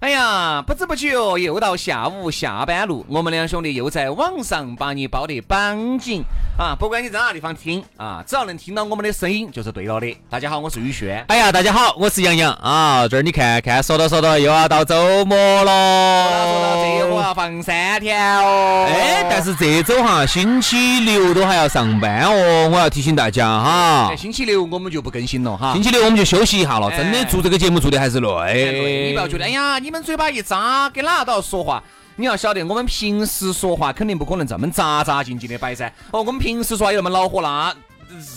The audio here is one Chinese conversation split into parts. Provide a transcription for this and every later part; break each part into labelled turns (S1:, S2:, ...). S1: 哎呀，不知不觉哦，又到下午下班路，我们两兄弟又在网上把你包得绑紧啊！不管你在哪地方听啊，只要能听到我们的声音，就是对了的。大家好，我是宇轩。
S2: 哎呀，大家好，我是杨洋啊，这儿你看看，说到说到又要到周末
S1: 说到这我
S2: 了。
S1: 要放三天哦。
S2: 哦哎，但是这周哈，星期六都还要上班哦，我要提醒大家哈
S1: 哎。星期六我们就不更新了哈。
S2: 星期六我们就休息一下了，
S1: 哎
S2: 真的做这个节目做的还是累。
S1: 你不要觉得，哎呀，你们嘴巴一扎，跟哪到说话？你要晓得，我们平时说话肯定不可能这么扎扎静静的摆噻。哦，我们平时说话有那么恼火啦，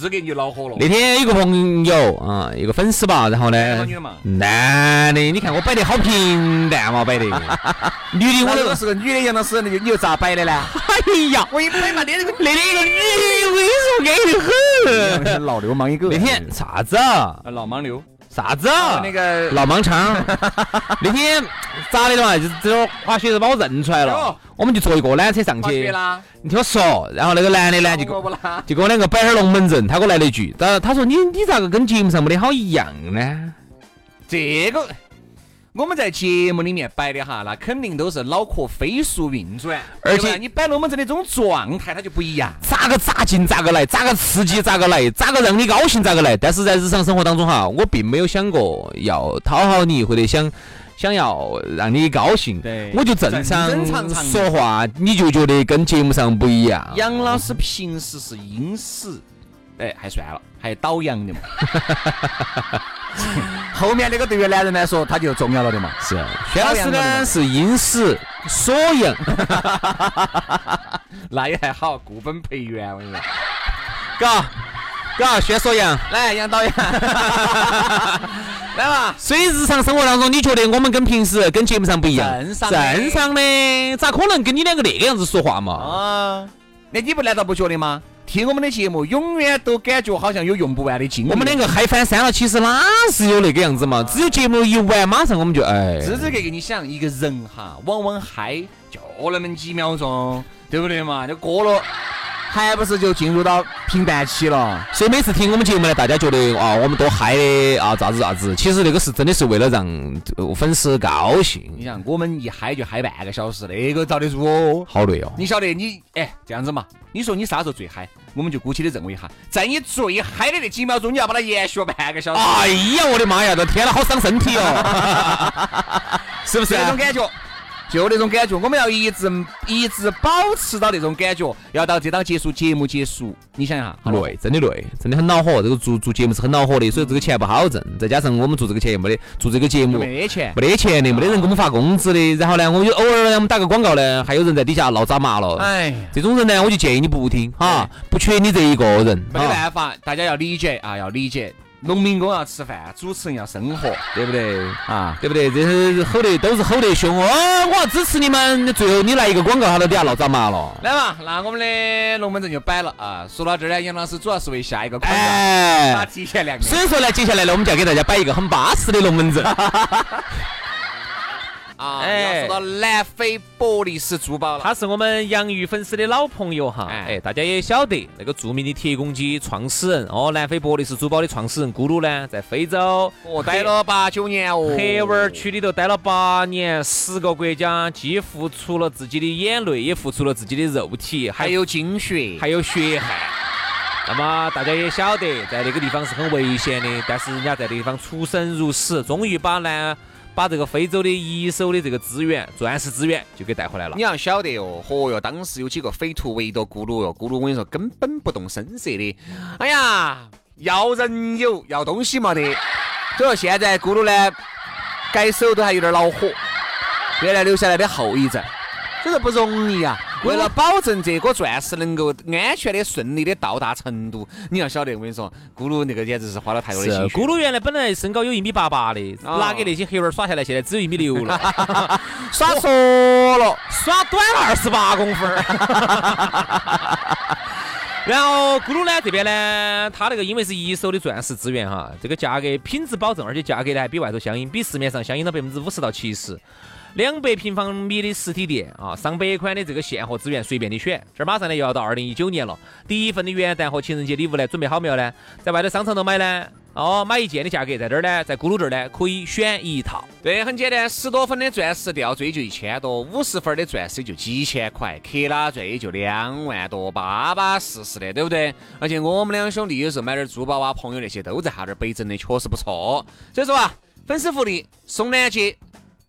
S1: 日给你就恼火了。
S2: 那天有个朋友啊，一个粉丝吧，然后
S1: 男的
S2: 呢
S1: 吗女的嘛，
S2: 男的，你看我摆的好平淡嘛，摆的，女的
S1: 那
S2: 我
S1: 如果
S2: 都，
S1: 是个女的，杨老师，你就你又咋摆的呢？
S2: 哎呀，
S1: 我一摆嘛，那个
S2: 那天一个女的，我跟你说，矮得很。
S1: 老流氓一个
S2: 那
S1: 那天呃
S2: 天啥子啊？
S1: 老盲流，
S2: 啥子
S1: 啊
S2: 啊？
S1: 那个
S2: 老盲肠，那天咋的嘛？就是这个滑雪就把我认出来
S1: 哟
S2: 了，我们就坐一个缆车上
S1: 滑雪
S2: 去。
S1: 啦，
S2: 你听我说，然后那个男的呢就给
S1: 我不啦，
S2: 就给我两个摆点龙门阵，他给我来了一句，他他说你你咋个跟节目上没得好一样呢？
S1: 这个。我们在节目里面摆的哈，那肯定都是脑壳飞速运转，
S2: 而且
S1: 对吧你摆龙门阵的这种状态，它就不一样。
S2: 咋个咋劲咋个来，咋个刺激咋个来，咋个让你高兴咋个来。但是在日常生活当中哈，我并没有想过要讨好你，或者想想要让你高兴。
S1: 对
S2: 我就正常
S1: 正常常
S2: 说话，你就觉得跟节目上不一样。
S1: 杨老师平时是英式，哎，还算了，还倒洋的嘛。 后面那个对于男人来说，他就重要了的嘛。
S2: 是，薛老师呢是英式锁阳，
S1: 那也还好，固本培元，我跟你说。
S2: 嘎嘎，薛锁阳。
S1: 来，杨 导演，来嘛。
S2: 所以日常生活当中，你觉得我们跟平时跟节目上不一样？
S1: 正常的
S2: 正常的，咋可能跟你两个那个样子说话嘛？
S1: 啊，那你不难道不觉得吗？听我们的节目，永远都感觉好像有用不完的精力。
S2: 我们两个嗨翻山了，其实哪是有那个样子嘛？只有节目一完，马上我们就哎，
S1: 支支格格，你想一个人哈，往往嗨就那么几秒钟，对不对嘛？就过了，还不是就进入到平淡期了。
S2: 所以每次听我们节目呢，大家觉得啊，我们多嗨的啊，咋子咋子？其实那个是真的是为了让呃粉丝高
S1: 你
S2: 兴，
S1: 想，我们一嗨就嗨半个小时，那个遭得住哦。
S2: 好累哦。
S1: 你晓得你哎这样子嘛？你说你啥时候最嗨？我们就姑且的认为哈，在你最嗨的那几秒钟，你要把它延续半个小时，
S2: 哎呀，我的妈呀，这天呐，好伤身体哦， 是不是
S1: 就？那种感觉，啊就那种感觉，我们要一直一直保持到那种感觉，要到这档结束节目结束。你想一下，好了
S2: 累，真的累，真的很恼火。这个做做节目是很恼火的，所以这个钱不好挣，再加上我们做这个钱又没得做这个节
S1: 就。
S2: 目
S1: 没钱。
S2: 没得钱的，没得人给我们发工资的。然后呢，我们就偶尔呢，我们打个广告呢，还有人在底下闹渣麻了。
S1: 哎呀。
S2: 这种人呢，我就建议你不听哈，不缺你这一个人。
S1: 没得
S2: 啊
S1: 办法，大家要理解啊，要理解。农民工要吃饭，主持人要生活
S2: 对不对？
S1: 啊。
S2: 对不对？这是吼得都是吼得凶哦！我要支持你们，最后你来一个广告，他都底下闹渣麻了。
S1: 来嘛，那我们的龙门阵就摆了啊。说到这儿呢，杨老师主要是为下一个广啊告打
S2: 哎，
S1: 提前两
S2: 所
S1: 年
S2: 以说呢，接下来呢，我们就要给大家摆一个很巴适的龙门阵。
S1: 啊。要
S3: 哎
S1: 说到南非博利斯珠宝了，
S3: 他是我们洋芋粉丝的老朋友哈，
S1: 哎
S3: 哎，大家也晓得那个著名的铁公鸡创始人哦，南非博利斯珠宝的创始人咕噜呢，在非洲
S1: 我待哦了八九年哦。
S3: 黑湾区里头待了八年，十个国家，既付出了自己的眼泪，也付出了自己的肉体，
S1: 还
S3: 还有
S1: 有精血，
S3: 还有血汗。 那么大家也晓得，在那个地方是很危险的，但是人家在那个地方出生入死，终于把南把这个非洲的一手的这个资源，钻石资源就给带回来了
S1: 你。要晓得哦，嚯哟，当时有几个匪徒围着咕噜哟，咕噜我跟你说根本不动声色的。哎呀，要人有，要东西没得。所以说现在咕噜呢，改手都还有点恼火，原来留下来的后遗症，所以说不容易啊。为了保证这颗钻石能够安全的、顺利的到达成都，你要晓得，我跟你说，咕噜那个简直是花了太多的
S3: 是
S1: 心血。
S3: 咕噜原来本来身高有一米八八的，
S1: 哦
S3: 拿给那些黑娃儿耍下来，现在只有一米六 了，
S1: 耍说了，
S3: 耍短了二十八公分儿。 然后咕噜呢这边呢，它那个因为是一手的钻石资源哈，这个价格品质保证，而且价格呢还比外头相应，比市面上相应了百分之五十到七十。两百平方米的实体店啊，上百款的这个现货资源随便你选。这儿马上呢又要到二零一九年了，第一份的元旦和情人节礼物呢准备好没有呢？在外头商场头买呢？哦，买一件的价格在这儿呢，在咕噜这儿呢可以选一套。
S1: 对，很简单，十多分的钻石吊坠就一千多，五十分的钻石就几千块，克拉钻也就两万多，巴巴适适的，对不对？而且我们两兄弟有时候买点珠宝啊，朋友那些都在他这儿北整的，确实不错。所以说啊，粉丝福利送钻戒。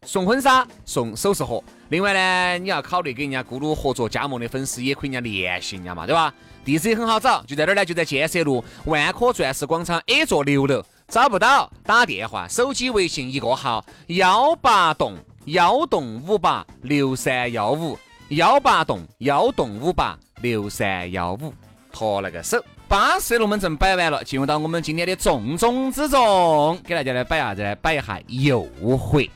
S1: 送婚纱，送首饰盒。另外呢，你要考虑跟人家咕噜合作加盟的粉丝，也可以人家联系人家嘛，对吧？地址也很好找，就在哪儿呢？就在建设路万科钻石广场 A 座六楼。找不到，打电话，手机微信一个号：幺八栋幺栋五八六三幺五，幺八栋幺栋五八六三幺五。托了个手。巴适的龙门阵摆完了，进入到我们今天的重中之重，给大家来摆啥子呢？摆一下诱惑。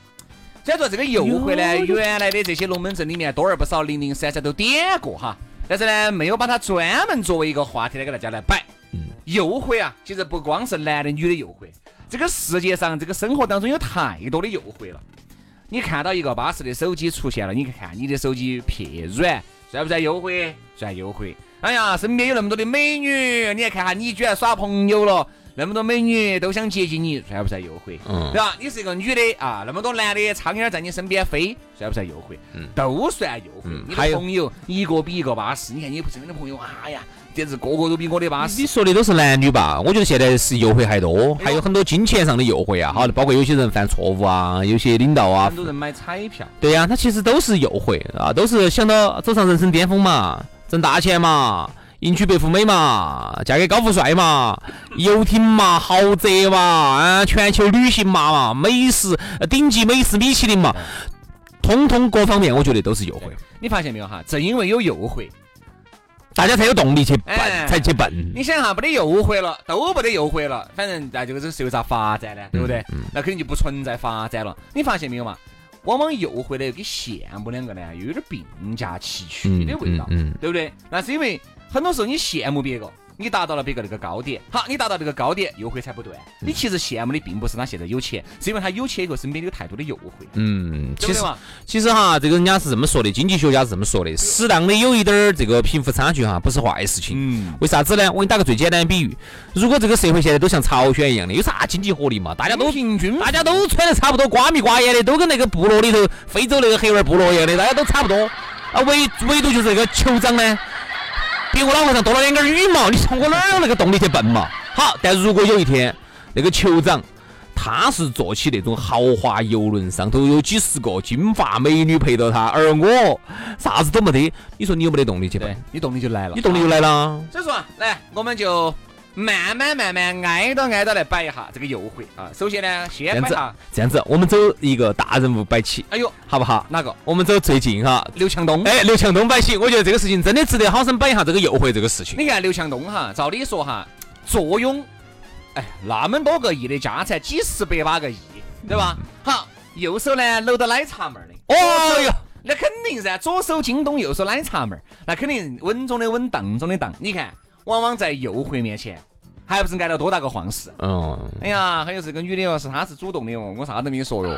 S1: 虽然说这个诱惑呢，原来的这些龙门阵里面多而不少，零零散散都点过哈，但是呢，没有把它专门作为一个话题来给大家来摆。诱惑啊，其实不光是男的女的诱惑，这个世界上这个生活当中有太多的诱惑了。你看到一个巴适的手机出现了，你看你的手机撇软，算不算诱惑？算诱惑。哎呀，身边有那么多的美女，你还看哈，你居然耍朋友了，那么多美女都想接近你，算不算诱惑？
S2: 嗯
S1: 对吧？你是一个女的啊，那么多男的苍蝇儿在你身边飞，算不算诱惑？都算诱惑。你
S2: 嗯还
S1: 的
S2: 有
S1: 朋友一个比一个巴适，你看你身边的朋友，哎呀，简直个个都比我的巴适
S2: 你。说的都是男女吧？我觉得现在是诱惑还多，哦还有很多金钱上的诱惑啊，好，包括有些人犯错误啊，有些领导啊
S1: 很，多人买彩票，
S2: 对呀、他其实都是诱惑啊，都是想到走上人生巅峰嘛，挣大钱嘛，迎娶白富美嘛，嫁给高富帅嘛，游艇嘛，豪宅嘛，啊，全球旅行嘛嘛，美食呃顶级美食米其林嘛，通通各方面我觉得都是诱惑，
S1: 你发现没有哈？正因为有诱惑，
S2: 大家才有动力去奔
S1: 哎，
S2: 才去奔。
S1: 你想哈，没得诱惑了，都没得诱惑了，反正在这个这个社会咋发展
S2: 嗯
S1: 呢？对不对？那肯定就不存在发展了。你发现没有嘛？往往诱惑呢跟羡慕两个呢，又有点并驾齐驱的味道，
S2: 嗯嗯嗯
S1: 对不对？那是因为很多时候你羡慕别个。你达到了别个那个高点，好，你达到这个高点，诱惑才不断。
S2: 嗯
S1: 你其实羡慕的并不是他现在有钱，是因为他有钱以后身边有太多的诱惑，
S2: 嗯，
S1: 对不
S2: 其
S1: 对
S2: 实
S1: 嘛？
S2: 其实哈，这个人家是这么说的，经济学家是这么说的，适当的有一点儿这个贫富差距哈，不是坏事情。
S1: 嗯，
S2: 为啥子呢？我给你打个最简单的比喻，如果这个社会现在都像朝鲜一样的，有啥经济活力嘛？大家都
S1: 平均
S2: 大家都穿得差不多，瓜米瓜眼的，都跟那个部落里头非洲那个黑娃儿部落一样的，大家都差不多。啊，唯唯独就是这个酋长呢，比我脑壳上多了两根羽毛，你从我哪儿有那个动力去奔嘛？好，但如果有一天那个酋长。他是坐起那种豪华游轮，上头有几十个金发美女陪着他，而我啥子都没得。你说你有没得动力去
S1: 对
S2: 奔？，
S1: 你动力就来了，
S2: 你动力又来了。
S1: 所以说啊，来，我们就慢慢慢慢挨到挨到来摆一下这个诱惑啊。首先呢，
S2: 这
S1: 先
S2: 样
S1: 摆
S2: 子
S1: 下，，
S2: 这样子，我们走一个大人物摆起，
S1: 哎呦，
S2: 好不好？
S1: 哪个？
S2: 我们走最近哈，
S1: 刘强东。
S2: 哎，刘强东摆起，我觉得这个事情真的值得好生摆一下这个诱惑这个事情。
S1: 你看刘强东哈，照理说哈，坐拥哎那么多个亿的家产，几十百把个亿，对吧？好，右手呢搂到奶茶妹儿的，
S2: 哦哟，
S1: 那肯定噻，左手京东，右手奶茶妹儿，那肯定稳中的稳，当中的当。你看，往往在诱惑面前，还不是挨到多大个晃事？
S2: 嗯，
S1: 哎呀，还有这个女的哦，是她是主动的哦，我啥都没说 哟。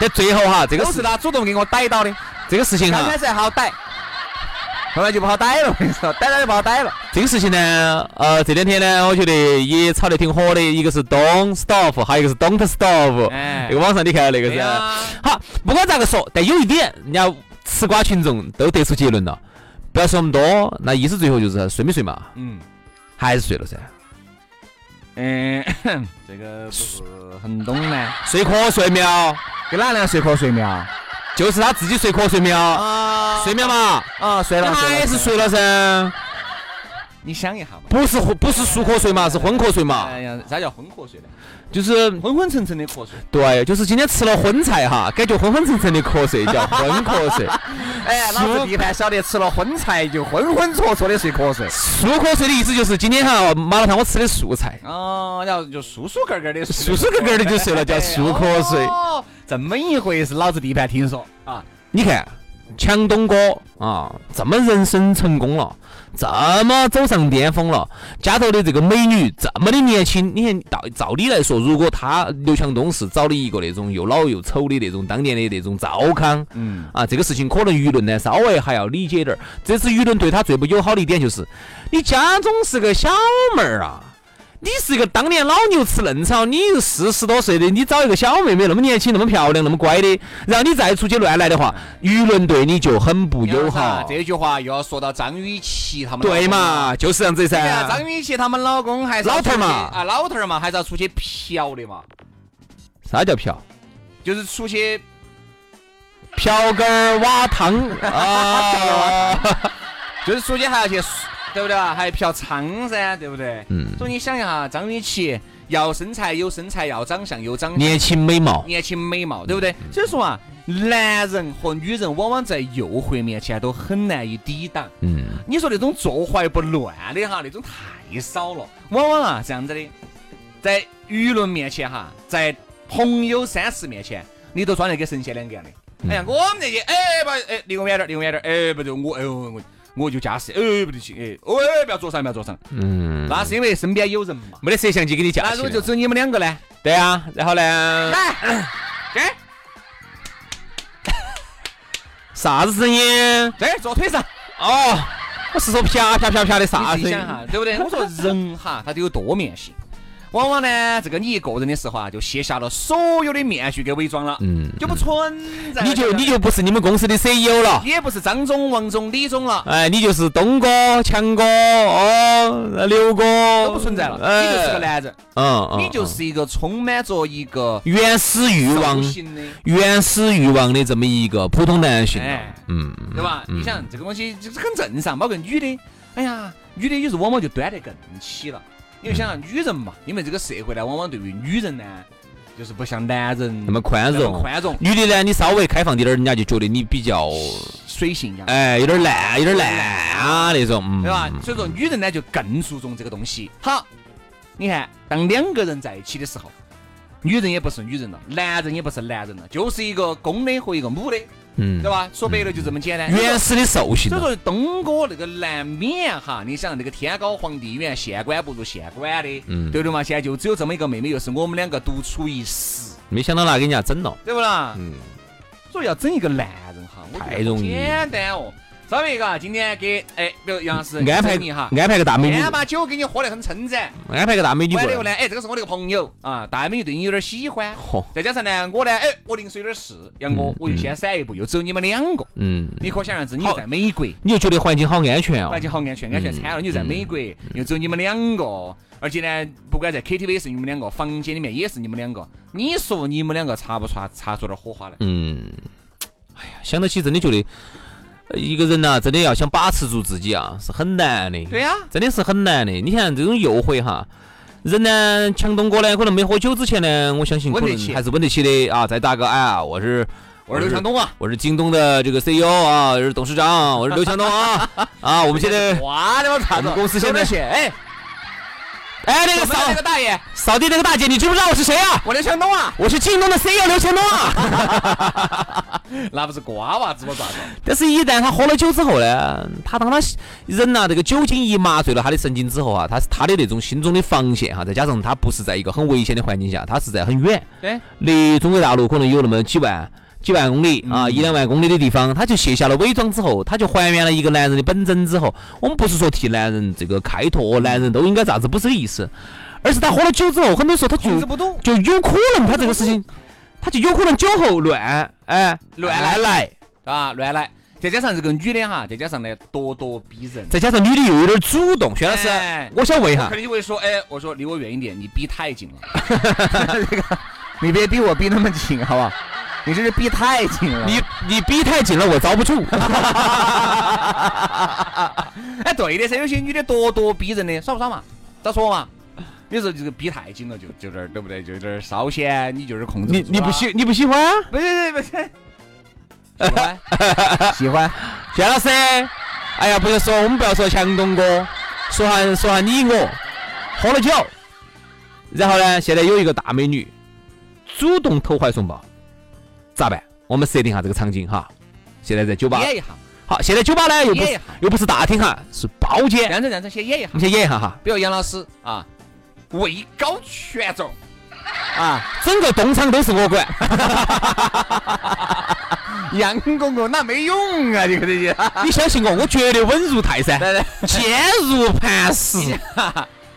S2: 但最后哈，这个
S1: 都是
S2: 事
S1: 他主动给我逮到的，
S2: 这个事情
S1: 刚
S2: 哈
S1: 开，始还好逮，后来就不好逮了，我跟你说，逮到就不好逮了。
S2: 这个事情呢，呃，这两天呢，我觉得也炒得挺火的，一个是 Don't Stop，还有一个是 Don't Stop。
S1: 哎
S2: 这个网上你看那个
S1: 对
S2: 是，
S1: 呀，
S2: 好，不管咋个说，但有一点，人家吃瓜群众都得出结论了，不要说那么多，那意思最后就是睡没睡嘛，
S1: 嗯
S2: 还是睡了噻。
S1: 嗯， 这个不是很懂呢。
S2: 睡瞌睡没有？
S1: 跟哪辆睡瞌睡没有？
S2: 就是他自己睡瞌睡没有？
S1: 啊
S2: 睡没有嘛？
S1: 啊，睡
S2: 他
S1: 了，
S2: 还是睡了噻。
S1: 你想一下嘛。
S2: 不是荤不是熟瞌睡嘛，是昏瞌睡嘛，
S1: 哎呀，啥叫昏瞌睡呢？
S2: 就是
S1: 昏昏沉沉的瞌睡。
S2: 对，就是今天吃了荤菜哈，感觉昏昏沉沉的瞌睡，叫昏瞌睡。
S1: 哎，老子地盘晓得，吃了荤菜就昏昏戳戳的睡瞌睡。
S2: 素瞌睡的意思就是今天哈麻辣烫我吃的素菜，
S1: 哦，然后就舒舒格格的，哎
S2: 舒舒格格的就睡了，叫素瞌睡。
S1: 哦，这么一回事，老子地盘听说啊。
S2: 你看，强东哥啊，这么人生成功了，这么走上巅峰了，家头的这个美女这么的年轻，你看到照理来说，如果他刘强东是找了一个那种又老又丑的那种当年的那种赵康，
S1: 嗯，
S2: 啊，这个事情可能舆论呢稍微还要理解点儿。这次舆论对他最不友好的一点就是，你家中是个小妹儿啊，你是一个当年老牛吃嫩草，你又四十多岁的，你找一个小妹妹那么年轻、那么漂亮、那么乖的，让你再出去乱来的话，舆论对你就很不友好。
S1: 这句话又要说到张雨绮他们。
S2: 对嘛，？就是这样子
S1: 对啊呀，
S2: 噻。
S1: 张雨绮他们老公还是要
S2: 老头儿嘛
S1: 出去啊，老头儿嘛，还是要出去嫖的嘛，
S2: 啥叫嫖？
S1: 就是出去
S2: 瓢羹儿挖汤 啊！
S1: 就是出去还要去梳，对不对啊？还嫖娼噻，对不对？
S2: 嗯
S1: 所以你想一下，张雨绮要身材有身材，要长相有长相，
S2: 年轻美貌，
S1: 年轻美貌，对不对？所以说啊，男人和女人往往在诱惑面前都很难以抵挡。
S2: 嗯，
S1: 你说那种坐怀不乱的哈，那种太少了。往往啊，这样子的，在舆论面前哈，在朋友三四面前，你都装得跟神仙两个样的。哎呀，我们这些，哎不，哎离我远点儿，离我远点儿，哎不对，我哎呦我我就驾驶，哎不得行，哎哦哎不要坐上，不要坐上。嗯，那是因为身边有人嘛。
S2: 没得摄像机给你架
S1: 那
S2: 起
S1: 如果
S2: 来
S1: 就只有你们两个呢？
S2: 对啊，然后呢？
S1: 来，这儿
S2: 啥子声音？
S1: 这儿哎坐腿上。
S2: 哦，我是说啪啪啪啪的啥
S1: 你
S2: 声
S1: 自己
S2: 音
S1: 想？哈，对不对？我说人哈，他都有多面性。往往呢，这个你一个人的时候啊，就卸下了所有的面具给伪装了，
S2: 嗯
S1: 就不存在了。
S2: 你就
S1: 对吧
S2: 你就不是你们公司的 CEO 了，
S1: 你也不是张总、王总、李总了，
S2: 哎，你就是东哥、强哥、哦刘哥，
S1: 都不存在了。
S2: 哎
S1: 你就是个，男人，
S2: 嗯嗯，
S1: 你就是一个充满着一个
S2: 嗯原始欲望
S1: 兽、性的，
S2: 原始欲望的这么一个普通男性了，
S1: 哎，
S2: 嗯，
S1: 对吧？你想这个东西就是很正常，包括女的，哎呀，女的有时候往往就端得更起了。因为想想女人嘛，因为这个社会呢，往往对于女人呢，就是不像男人
S2: 那么宽
S1: 那么
S2: 容。
S1: 宽容。
S2: 女的呢，你稍微开放点儿，人家就觉得你比较，
S1: 水性杨，
S2: 哎，有点烂，有点烂啊那种，嗯
S1: 对吧？所以说女人呢就更注重这个东西。好，你看，当两个人在一起的时候，女人也不是女人了，男人也不是男人了，就是一个公的和一个母的，
S2: 嗯
S1: 对，吧？说白了就这么简单。
S2: 原始的兽
S1: 所
S2: 性啊
S1: 以
S2: 了，
S1: 说，东哥那个难免哈，你想那个天高皇帝远，县官不如县官的，
S2: 嗯
S1: 对不对嘛？现在就只有这么一个妹妹，又是我们两个独处一室，
S2: 没想到拿给人家整了，
S1: 对不啦？
S2: 嗯。
S1: 所以要整一个男人哈，我觉得
S2: 太容易
S1: 简单哦。稍微一个啊，今天给哎，比如杨老师
S2: 安排
S1: 你哈，
S2: 安排个大美女，
S1: 先把酒给你喝得很撑展，
S2: 安排个大美女
S1: 完
S2: 过
S1: 了以后呢，
S2: 来。
S1: 哎，这个是我的一个朋友啊，大美女对你有点喜欢，
S2: 嚯，
S1: 再加上呢，我呢，哎，我临时有点事，杨哥
S2: 嗯，
S1: 我就先闪一步，又只有你们两个，
S2: 嗯，
S1: 你可想而知，你
S2: 好
S1: 在美国，
S2: 你就觉得环境好安全哦
S1: 环。境好安全，安全惨了，你就在美国，又只有你们两个，而且呢，不管在 KTV 是你们两个，房间里面也是你们两个，你说你们两个擦不擦擦出点火花来？
S2: 嗯，哎呀，想到起真的觉得，呃一个人呐、真的要想把持住自己啊，是很难的。
S1: 对呀，
S2: 真的是很难的。你看这种诱惑哈，人呢，强东哥呢，可能没喝酒之前呢，我相信可
S1: 稳得
S2: 能
S1: 起
S2: 还是稳得起的啊。再打个哎呀，我是
S1: 我是刘强东啊，
S2: 我是京东的这个 CEO 啊，我是董 事长，我是刘强东啊啊，我
S1: 我
S2: 们现在
S1: 哇，你们啥
S2: 我
S1: 子
S2: 们？公司现在
S1: 有点钱哎，
S2: 哎
S1: 我
S2: 那个
S1: 们的那
S2: 扫
S1: 个大爷，
S2: 扫地那个大姐，你知不知道我是谁啊？
S1: 我刘强东啊，
S2: 我是京东的 CEO 刘强东啊。
S1: 那不是瓜娃子吗？咋子？
S2: 但是，一旦他喝了酒之后呢，他当他人呐、这个酒精一麻醉了他的神经之后啊，他他的那种心中的防线啊哈、再加上他不是在一个很危险的环境下，他是在很远，
S1: 对，
S2: 离中国大陆可能有那么几万几万公里啊，一两万公里的地方，他就卸下了伪装之后，他就还原了一个男人的本真之后，我们不是说替男人这个开拓，男人都应该咋子，不是这个意思，而是他喝了酒之后，很多时候他就
S1: 控制不住。
S2: 就有可能他这个事情，他就有可能酒后乱哎
S1: 乱
S2: 来
S1: 来
S2: 来。
S1: 啊，乱来。再加上这个女的哈，再加上呢咄咄逼人，
S2: 再加上女的又有点主动，薛老师
S1: 哎，
S2: 我想问一下
S1: 肯，定会说，哎，我说离我远一点，你逼太近了，这个你别逼我逼那么近，好不好？你这是逼太紧了。
S2: 你你逼太紧了，我遭不住。
S1: 哎，对的噻，有些女的咄咄逼人的，耍不耍嘛？咋说嘛？有时候这个逼太紧了，就就这儿，对不对？就这儿烧钱，你就是控制
S2: 你
S1: 不住
S2: 你不
S1: 啊
S2: 喜你不喜欢啊？
S1: 不是不是不是，喜欢喜欢，
S2: 薛老师，哎呀，不是说我们不要说强东哥，说下说下你我，喝了酒，然后呢，现在有一个大美女主动投怀送抱，咋办？我们设定下这个场景哈，现在在酒吧，
S1: 演一下，
S2: 好，现在酒吧呢又不
S1: 演一
S2: 是
S1: 下，
S2: 又不是大厅哈，是包
S1: 这
S2: 间，
S1: 样子这样子先演一下
S2: 我。们先演一下哈，
S1: 比如杨老师啊，位高权重啊，
S2: 整个东厂都是 我管，
S1: 杨公公那没用啊，这个东西。
S2: 你相信我，我绝对稳如泰 山，
S1: 来来，
S2: 坚如磐石。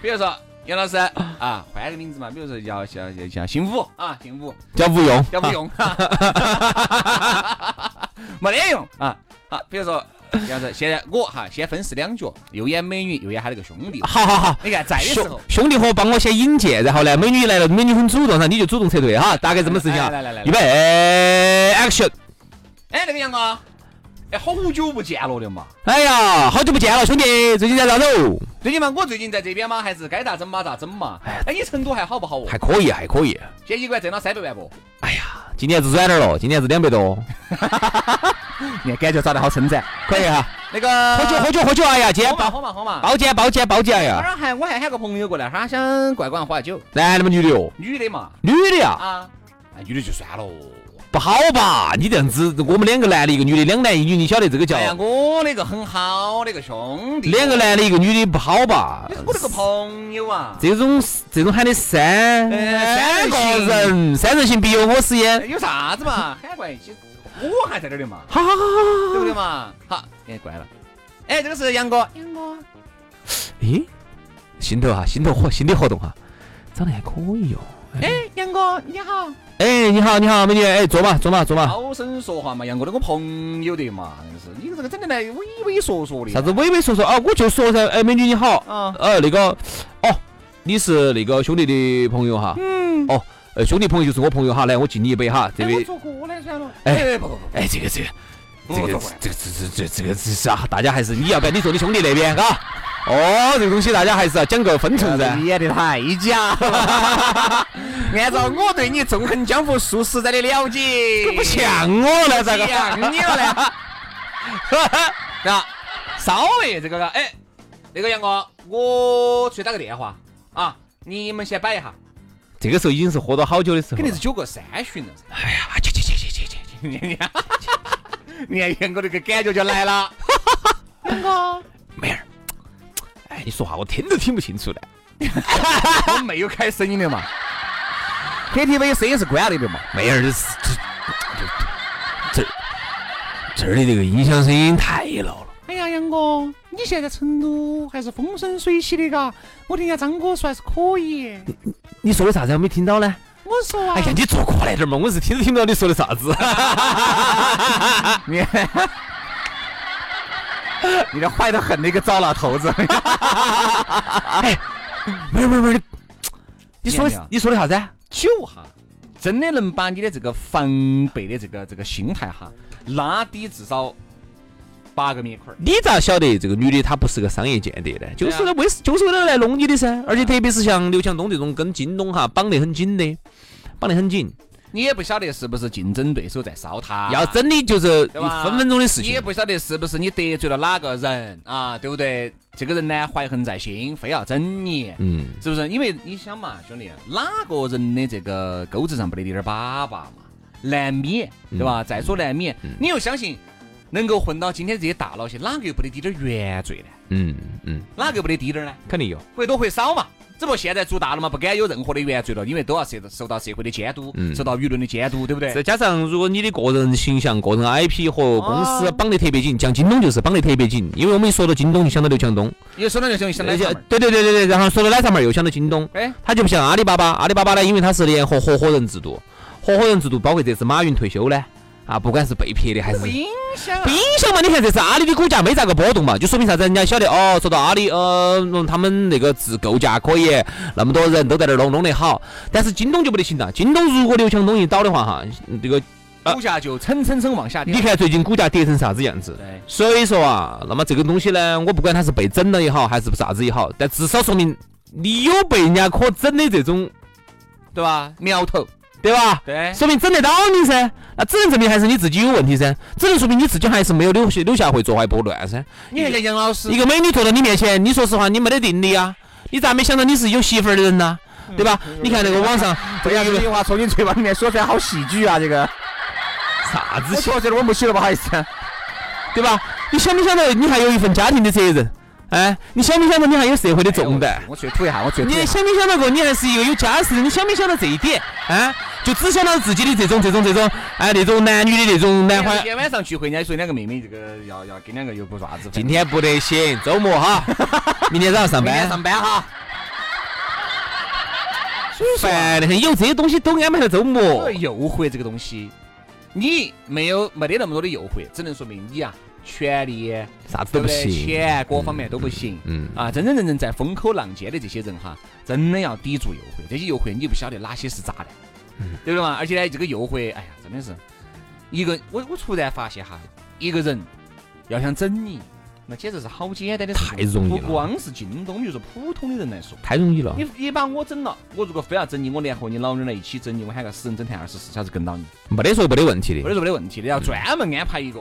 S1: 比如说杨老师啊，换个名字嘛，比如说叫叫叫叫姓武啊，姓武
S2: 叫吴用，
S1: 要不用哈， 没得用啊啊，比如说。这样子，现在我哈先分饰两角，又演美女，又演他那个兄弟。
S2: 好好好，
S1: 你看在的时候
S2: 兄，兄弟伙帮我先引荐，然后呢，美女来了，美女很主动噻，你就主动撤退哈，大概这么事情啊。
S1: 来来来来来
S2: 预备，action！
S1: 哎，那个杨哥，哎，好久不见了的嘛。
S2: 哎呀，好久不见了，兄弟，最近在哪走？
S1: 最近嘛，我最近在这边嘛，还是该咋整嘛咋整嘛。哎，你成都还好不好哦？
S2: 还可以，还可以。
S1: 这一个月挣了三百万不？
S2: 今年是软点儿了，今年是两百多，
S1: 你看感觉找得好称赞。
S2: 可以 哈。
S1: 那个，
S2: 喝酒，喝酒，喝酒！哎呀，今天
S1: 喝嘛
S2: 包
S1: 喝嘛喝嘛。
S2: 包间，包间，包间！哎
S1: 那
S2: 呀，
S1: 儿还我还喊个朋友过来，他想拐拐喝下酒，
S2: 男的嘛，女的哟？
S1: 女的嘛
S2: 女的呀，
S1: 啊，哎女的就算了。
S2: 不好吧？你这样子，我们两个男的，一个女的，两男一女，你晓得这个叫
S1: 哎呀，我那个很好那个兄弟，
S2: 两个男的，一个女的，不好吧
S1: 你？是我那个朋友啊，
S2: 这种这种喊的三
S1: 哎
S2: 三个
S1: 三人行
S2: 人，三人行必有我师焉
S1: 哎。有啥子 嘛？喊过来一起，我还在这儿的嘛，
S2: 好好好好
S1: 对不对嘛？好，哎，乖了。哎，这个是杨哥，杨哥，
S2: 咦，心头哈、心头活，心理活动哈、长得还可以哟、
S1: 哎，杨哥你好，
S2: 哎，你好，你好，美女，哎，坐嘛，坐嘛，坐嘛。
S1: 高声说话嘛，杨哥那个朋友的嘛，真是你这个整的来畏畏缩缩的。
S2: 啥子畏畏缩缩啊？我就说噻，哎，美女你好，
S1: 啊？
S2: 呃，那个，哦，你是那个兄弟的朋友哈？嗯。哦，呃，兄弟朋友就是我朋友哈，来，我敬你一杯哈，这
S1: 哎，我
S2: 位。
S1: 坐过来算了。
S2: 哎
S1: 不不不，
S2: 哎，这个这个
S1: 不
S2: 这
S1: 不
S2: 个
S1: 不不
S2: 这个这这这这个这是啊，大家还是你要不要你坐你兄弟那边啊？哦，这个东西大家还是要讲个分寸噻。
S1: 演的哎太假 了。按照我对你纵横江湖数十载的了解，
S2: 不像我了，咋个？
S1: 像你了嘞。 啊，稍微这个个，哎，那个杨哥，我出去打个电话啊，你们先摆一下。
S2: 这个时候已经是喝到好酒的时候了，
S1: 肯定是酒过三巡了噻。
S2: 哎呀，去去去去去去。
S1: 你 看，你看杨哥这个感觉就来了。杨哥，
S2: 妹儿，哎，你说话我听都听不清楚的。
S1: 我没有开声音的嘛。KTV 声音是关了的嘛？
S2: 妹儿，这是这这这儿的这个音响声音太闹了。
S1: 哎呀，杨哥，你现在成都还是风生水起的嘎，我听人家张哥说还是可以。
S2: 你说的啥子？我没听到呢。
S1: 我说啊
S2: 哎呀，，你坐过来点嘛，我是听都听不到你说的啥子。
S1: 你你这坏的很的一个糟老头子。
S2: 妹儿妹儿妹儿，你
S1: 说的
S2: 说的你说的啥子？
S1: 酒哈，真的能把你的这个防备的这个这个心态哈拉低至少八个面块儿。
S2: 你咋晓得这个女的她不是个商业间谍呢？就是为就是为了来弄你的噻。而且特别是像刘强东这种跟京东哈绑得很紧的，绑得很紧，
S1: 你也不晓得是不是竞争对手在烧他，
S2: 要真的就是
S1: 对吧
S2: 分分钟的事
S1: 你
S2: 情
S1: 也。不晓得是不是你得罪了哪个人啊，对不对？这个人呢怀恨在心，非要整你，
S2: 嗯。
S1: 是不是？因为你想嘛，兄弟，哪个人的这个钩子上不得滴点儿粑粑嘛，难免，对吧？在所难免。你又相信能够混到今天这些大佬些，哪个又不得滴点儿原罪呢？
S2: 嗯嗯，
S1: 哪个又不得滴点儿呢？
S2: 肯定有。
S1: 或多或少嘛。只不过现在做大了嘛，不敢有任何的原罪了，因为都要受到受到社会的监督，受到舆论的监督，对不对？
S2: 再加上，如果你的个人形象、个人 IP 和公司绑得特别紧，像京东就是绑得特别紧，因为我们一说到京东就想到刘强东，
S1: 有说到就想想来
S2: 而且对对对对对，然后说到奶茶妹儿又想到京东，
S1: 哎，
S2: 它就不像阿里巴巴，阿里巴巴呢，因为它是联合合伙人制度，合伙人制度包括这次马云退休呢，啊，不管是被撇的还是
S1: 不影响
S2: 不影响嘛？你看这次阿里的股价没咋个波动嘛，就说明啥子？人家晓得哦，说到阿里，呃，嗯他们那个自构价可以，那么多人都在那儿弄，弄得好。但是京东就不得行了。京东如果刘强东一倒的话，哈，这个
S1: 股价就蹭蹭蹭往下
S2: 你
S1: 跌。
S2: 看最近股价跌成啥子样子？
S1: 对
S2: 所以说啊，那么这个东西呢，我不管它是被整了也好，还是啥子也好，但至少说明你有被人家可整的这种，
S1: 对吧？苗头，
S2: 对吧？
S1: 对
S2: 说明整得到你噻，那只能证明还是你自己有问题噻，只能说明你自己还是没有留下留下会做坏拨乱噻。
S1: 你看人家杨老师
S2: 一，个美女坐到你面前，你说实话，你没得定力啊，你咋没想到你是有媳妇儿的人呢、
S4: 嗯
S2: 对吧？你看那个网上
S4: 这样子的话从你嘴巴里面说出来，好喜剧啊！这个，
S2: 啥子啊
S4: 我说这个我没洗了，不好意思。
S2: 对吧？你想没想到你还有一份家庭的责任？哎，你想没想到你还有社会的重担？
S1: 哎
S4: 我去吐一下，我去吐一下。
S2: 你想没想到过你还是一个有家室的？你想没想到这一点？啊，就只想到自己的这种这种这种，哎，那种男女的那种男欢
S1: 今。天晚上聚会，人家说两个妹妹这个要要跟两个又不啥子，
S2: 今天不得行，周末哈， 明天早上上
S1: 明
S2: 班
S1: 天，上班哈。
S2: 烦得很。有哎这些东西都安排到周末
S1: 所，以诱惑这个东西，你没有没得那么多的诱惑，只能说明你啊，权力
S2: 啥子
S1: 对不
S2: 都不
S1: 对？
S2: 行。
S1: 钱各方面都不行。
S2: 嗯，
S1: 啊，真真正正在风口浪尖的这些人哈，真的要抵住诱惑。这些诱惑你不晓得哪些是炸弹，
S2: 嗯
S1: 对不对嘛？而且呢，这个诱惑，哎呀，真的是一个我我突然发现哈，一个人要想整你，那简直是好简单的事情
S2: 太容易了啊
S1: 不光是京东，比如说普通的人来说，
S2: 太容易了，
S1: 你你把我整了，我如果非要整你，我联合你老娘来一起整你，我喊个死人侦探二十四小时跟到你，
S2: 没得说没得问题
S1: 或
S2: 的。
S1: 者说没得问题的，要专门安排一个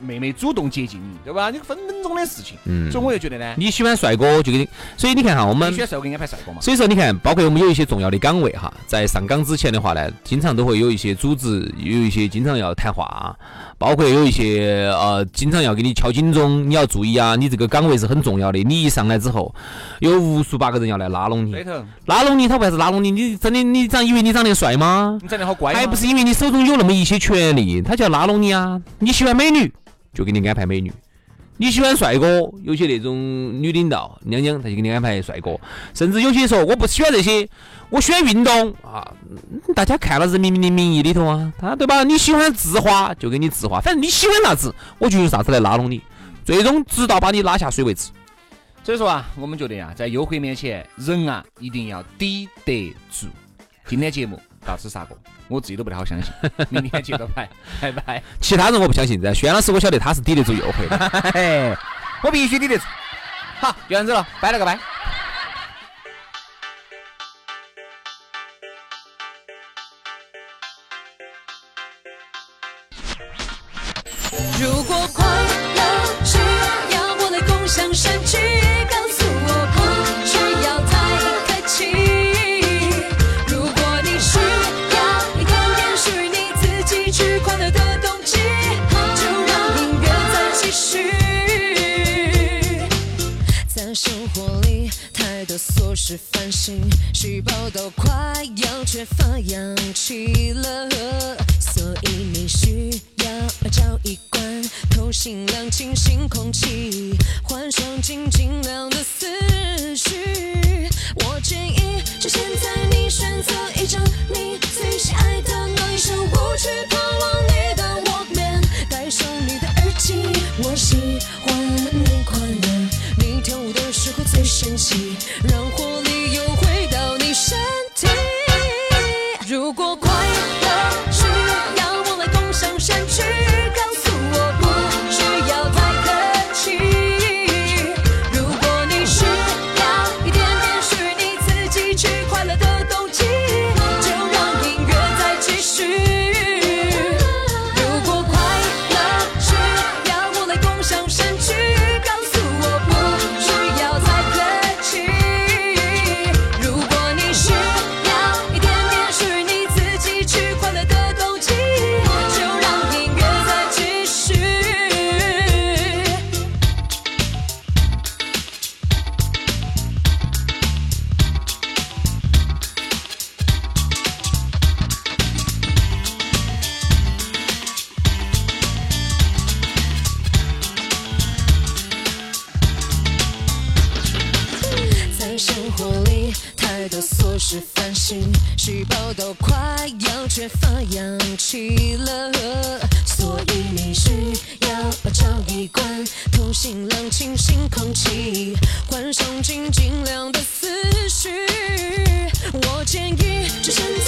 S1: 妹妹主动接近你，对吧？你分分钟的事情。
S2: 嗯
S1: 所以我就觉得呢，
S2: 你喜欢帅哥就给你，所以你看哈，我们
S1: 你选帅哥给你安排帅哥嘛。
S2: 所以说，你看，包括我们有一些重要的岗位哈，在上岗之前的话呢，经常都会有一些组织，有一些经常要谈话，包括有一些呃，经常要给你敲警钟，你要注意啊，你这个岗位是很重要的。你一上来之后，有无数八个人要来拉拢你
S1: 对，头，
S2: 拉拢你，他为啥子拉拢你？你真的你长以为你长得帅吗？
S1: 你长得好乖嘛，
S2: 还不是因为你手中有那么一些权利，他就要拉拢你啊！你喜欢美女，就给你安排美女；你喜欢帅哥，有些那种女领导娘娘，他就给你安排帅哥。甚至有些说我不喜欢这些，我喜欢运动啊！嗯大家看了人民的名义里头啊，他对吧？你喜欢字画，就给你字画，反正你喜欢啥子，我就用啥子来拉拢你，最终直到把你拉下水为止。
S1: 所以说啊，我们觉得呀、在诱惑面前，人啊一定要抵得住。今天节目到此杀过，我自己都不太好相 信。明天接着拍，拜拜。
S2: 其他人我不相信，但轩老师我晓得他是抵得住诱惑的。
S4: 哎，我必须得得。
S1: 好，有人走了，拜了个拜。
S5: 如果快乐需要我来共享身躯，告诉我不需要太客气。如果你需要你看电视，你自己去快乐的冬季，就让音乐再继续。在生活里，太多琐事烦心，细胞都快要缺乏氧气了，所以你需要找一罐透心凉、清新空气，换上静静凉的思绪。我建议，趁现在你选择一张你最喜爱的那一首舞曲，抛往你的 Walkman，戴上你的耳机，我喜欢你快乐。你跳舞的时候最神奇，让活力又回到你身体。如果快乐需要我来共享身躯，告诉我不需要太客气。如果你需要一点点是你自己去快乐的动机，就让音乐再继续。如果快乐需要我来共享身躯，告诉我不需要太客气。如果你需要一点点是你自己去快乐的动机，就让音乐再继续。在生活里，太多琐事烦心，细胞都快要缺乏氧气了，所以你需要找一罐透心凉、清新空气，换上静静凉的思绪。我建议，趁现在。